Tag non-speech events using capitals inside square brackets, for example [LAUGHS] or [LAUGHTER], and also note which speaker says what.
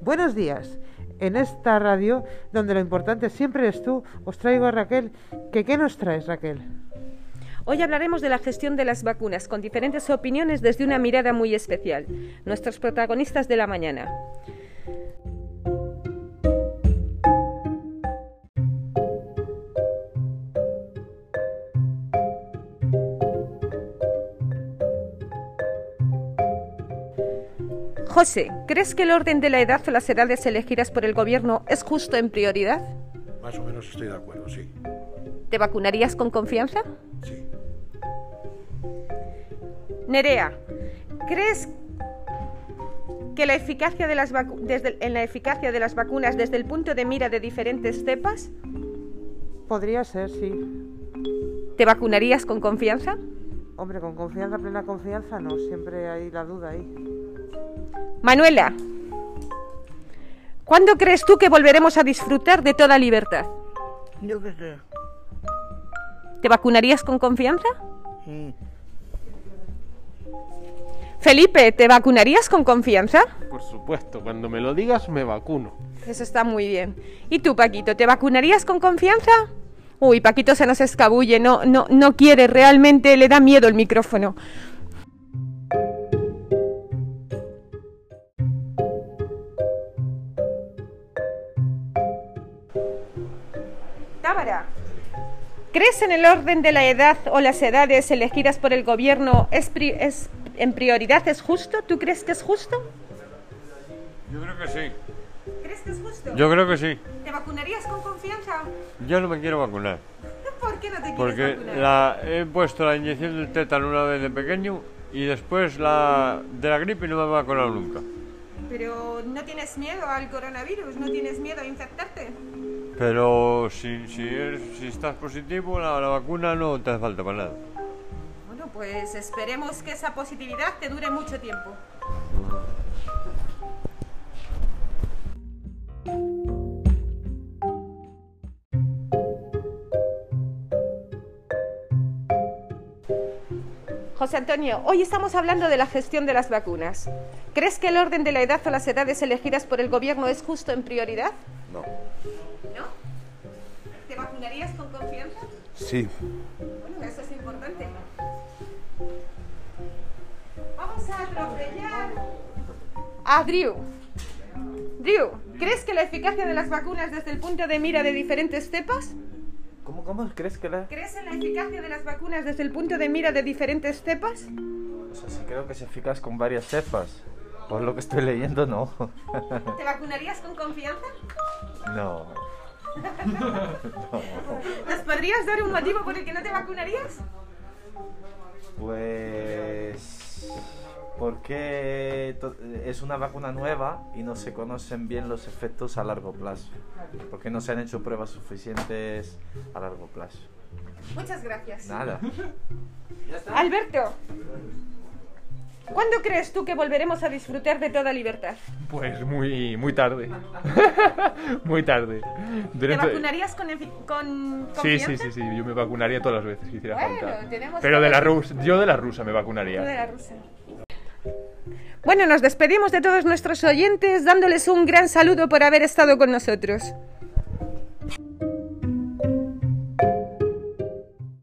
Speaker 1: Buenos días. En esta radio, donde lo importante siempre es tú, os traigo a Raquel. ¿Qué, qué nos traes, Raquel?
Speaker 2: Hoy hablaremos de la gestión de las vacunas, con diferentes opiniones desde una mirada muy especial. Nuestros protagonistas de la mañana. José, ¿crees que el orden de la edad o las edades elegidas por el gobierno es justo en prioridad?
Speaker 3: Más o menos estoy de acuerdo, sí.
Speaker 2: ¿Te vacunarías con confianza?
Speaker 3: Sí.
Speaker 2: Nerea, ¿crees que la eficacia de las vacu- desde el- en la eficacia de las vacunas desde el punto de mira de diferentes cepas?
Speaker 1: Podría ser, sí.
Speaker 2: ¿Te vacunarías con confianza?
Speaker 1: Hombre, con confianza, plena confianza, no. Siempre hay la duda ahí.
Speaker 2: Manuela, ¿cuándo crees tú que volveremos a disfrutar de toda libertad?
Speaker 4: Yo qué sé.
Speaker 2: ¿Te vacunarías con confianza?
Speaker 4: Sí.
Speaker 2: Felipe, ¿te vacunarías con confianza?
Speaker 5: Por supuesto, cuando me lo digas me vacuno.
Speaker 2: Eso está muy bien. ¿Y tú, Paquito, te vacunarías con confianza? Uy, Paquito se nos escabulle, no, no, no quiere, realmente le da miedo el micrófono. Tábara, ¿crees en el orden de la edad o las edades elegidas por el gobierno es, pri- es en prioridad es justo? ¿Tú crees que es justo?
Speaker 6: Yo creo que sí.
Speaker 2: ¿Crees que es justo?
Speaker 6: Yo creo que sí.
Speaker 2: ¿Te vacunarías con confianza?
Speaker 6: Yo no me quiero vacunar.
Speaker 2: [LAUGHS] ¿Por qué no te quieres
Speaker 6: Porque
Speaker 2: vacunar?
Speaker 6: la, he puesto la inyección del tétano una vez de pequeño y después la de la gripe no me he vacunado nunca.
Speaker 2: Pero no tienes miedo al coronavirus, no tienes miedo a infectarte.
Speaker 6: Pero si, si, eres- si estás positivo, la, la vacuna no te hace falta para nada.
Speaker 2: Bueno, pues esperemos que esa positividad te dure mucho tiempo. José Antonio, hoy estamos hablando de la gestión de las vacunas. ¿Crees que el orden de la edad o las edades elegidas por el gobierno es justo en prioridad?
Speaker 3: No.
Speaker 2: ¿No? ¿Te vacunarías con confianza?
Speaker 3: Sí.
Speaker 2: Bueno, eso es importante. Vamos a atropellar a Drew. Drew, ¿crees que la eficacia de las vacunas desde el punto de mira de diferentes cepas?
Speaker 7: ¿Cómo, cómo crees que la...?
Speaker 2: ¿Crees en la eficacia de las vacunas desde el punto de mira de diferentes cepas?
Speaker 7: O sea, sí creo que se eficaz con varias cepas. Por lo que estoy leyendo, no. [LAUGHS]
Speaker 2: ¿Te vacunarías con confianza?
Speaker 7: no.
Speaker 2: ¿Nos podrías dar un motivo por el que no te vacunarías?
Speaker 7: Pues... Porque to- es una vacuna nueva y no se conocen bien los efectos a largo plazo. Porque no se han hecho pruebas suficientes a largo plazo.
Speaker 2: Muchas gracias.
Speaker 7: Nada.
Speaker 2: Alberto, ¿cuándo crees tú que volveremos a disfrutar de toda libertad?
Speaker 8: Pues muy, muy tarde. [LAUGHS] muy tarde.
Speaker 2: ¿Te
Speaker 8: Durante-
Speaker 2: vacunarías con, efi- con
Speaker 8: Sí,
Speaker 2: confianza?
Speaker 8: sí, sí, sí, yo me vacunaría todas las veces que hiciera
Speaker 2: Bueno,
Speaker 8: falta.
Speaker 2: tenemos
Speaker 8: Pero de
Speaker 2: todo.
Speaker 8: la rusa, yo de la rusa
Speaker 2: Tú
Speaker 8: me
Speaker 2: de
Speaker 8: vacunaría.
Speaker 2: la rusa. Bueno, nos despedimos de todos nuestros oyentes dándoles un gran saludo por haber estado con nosotros.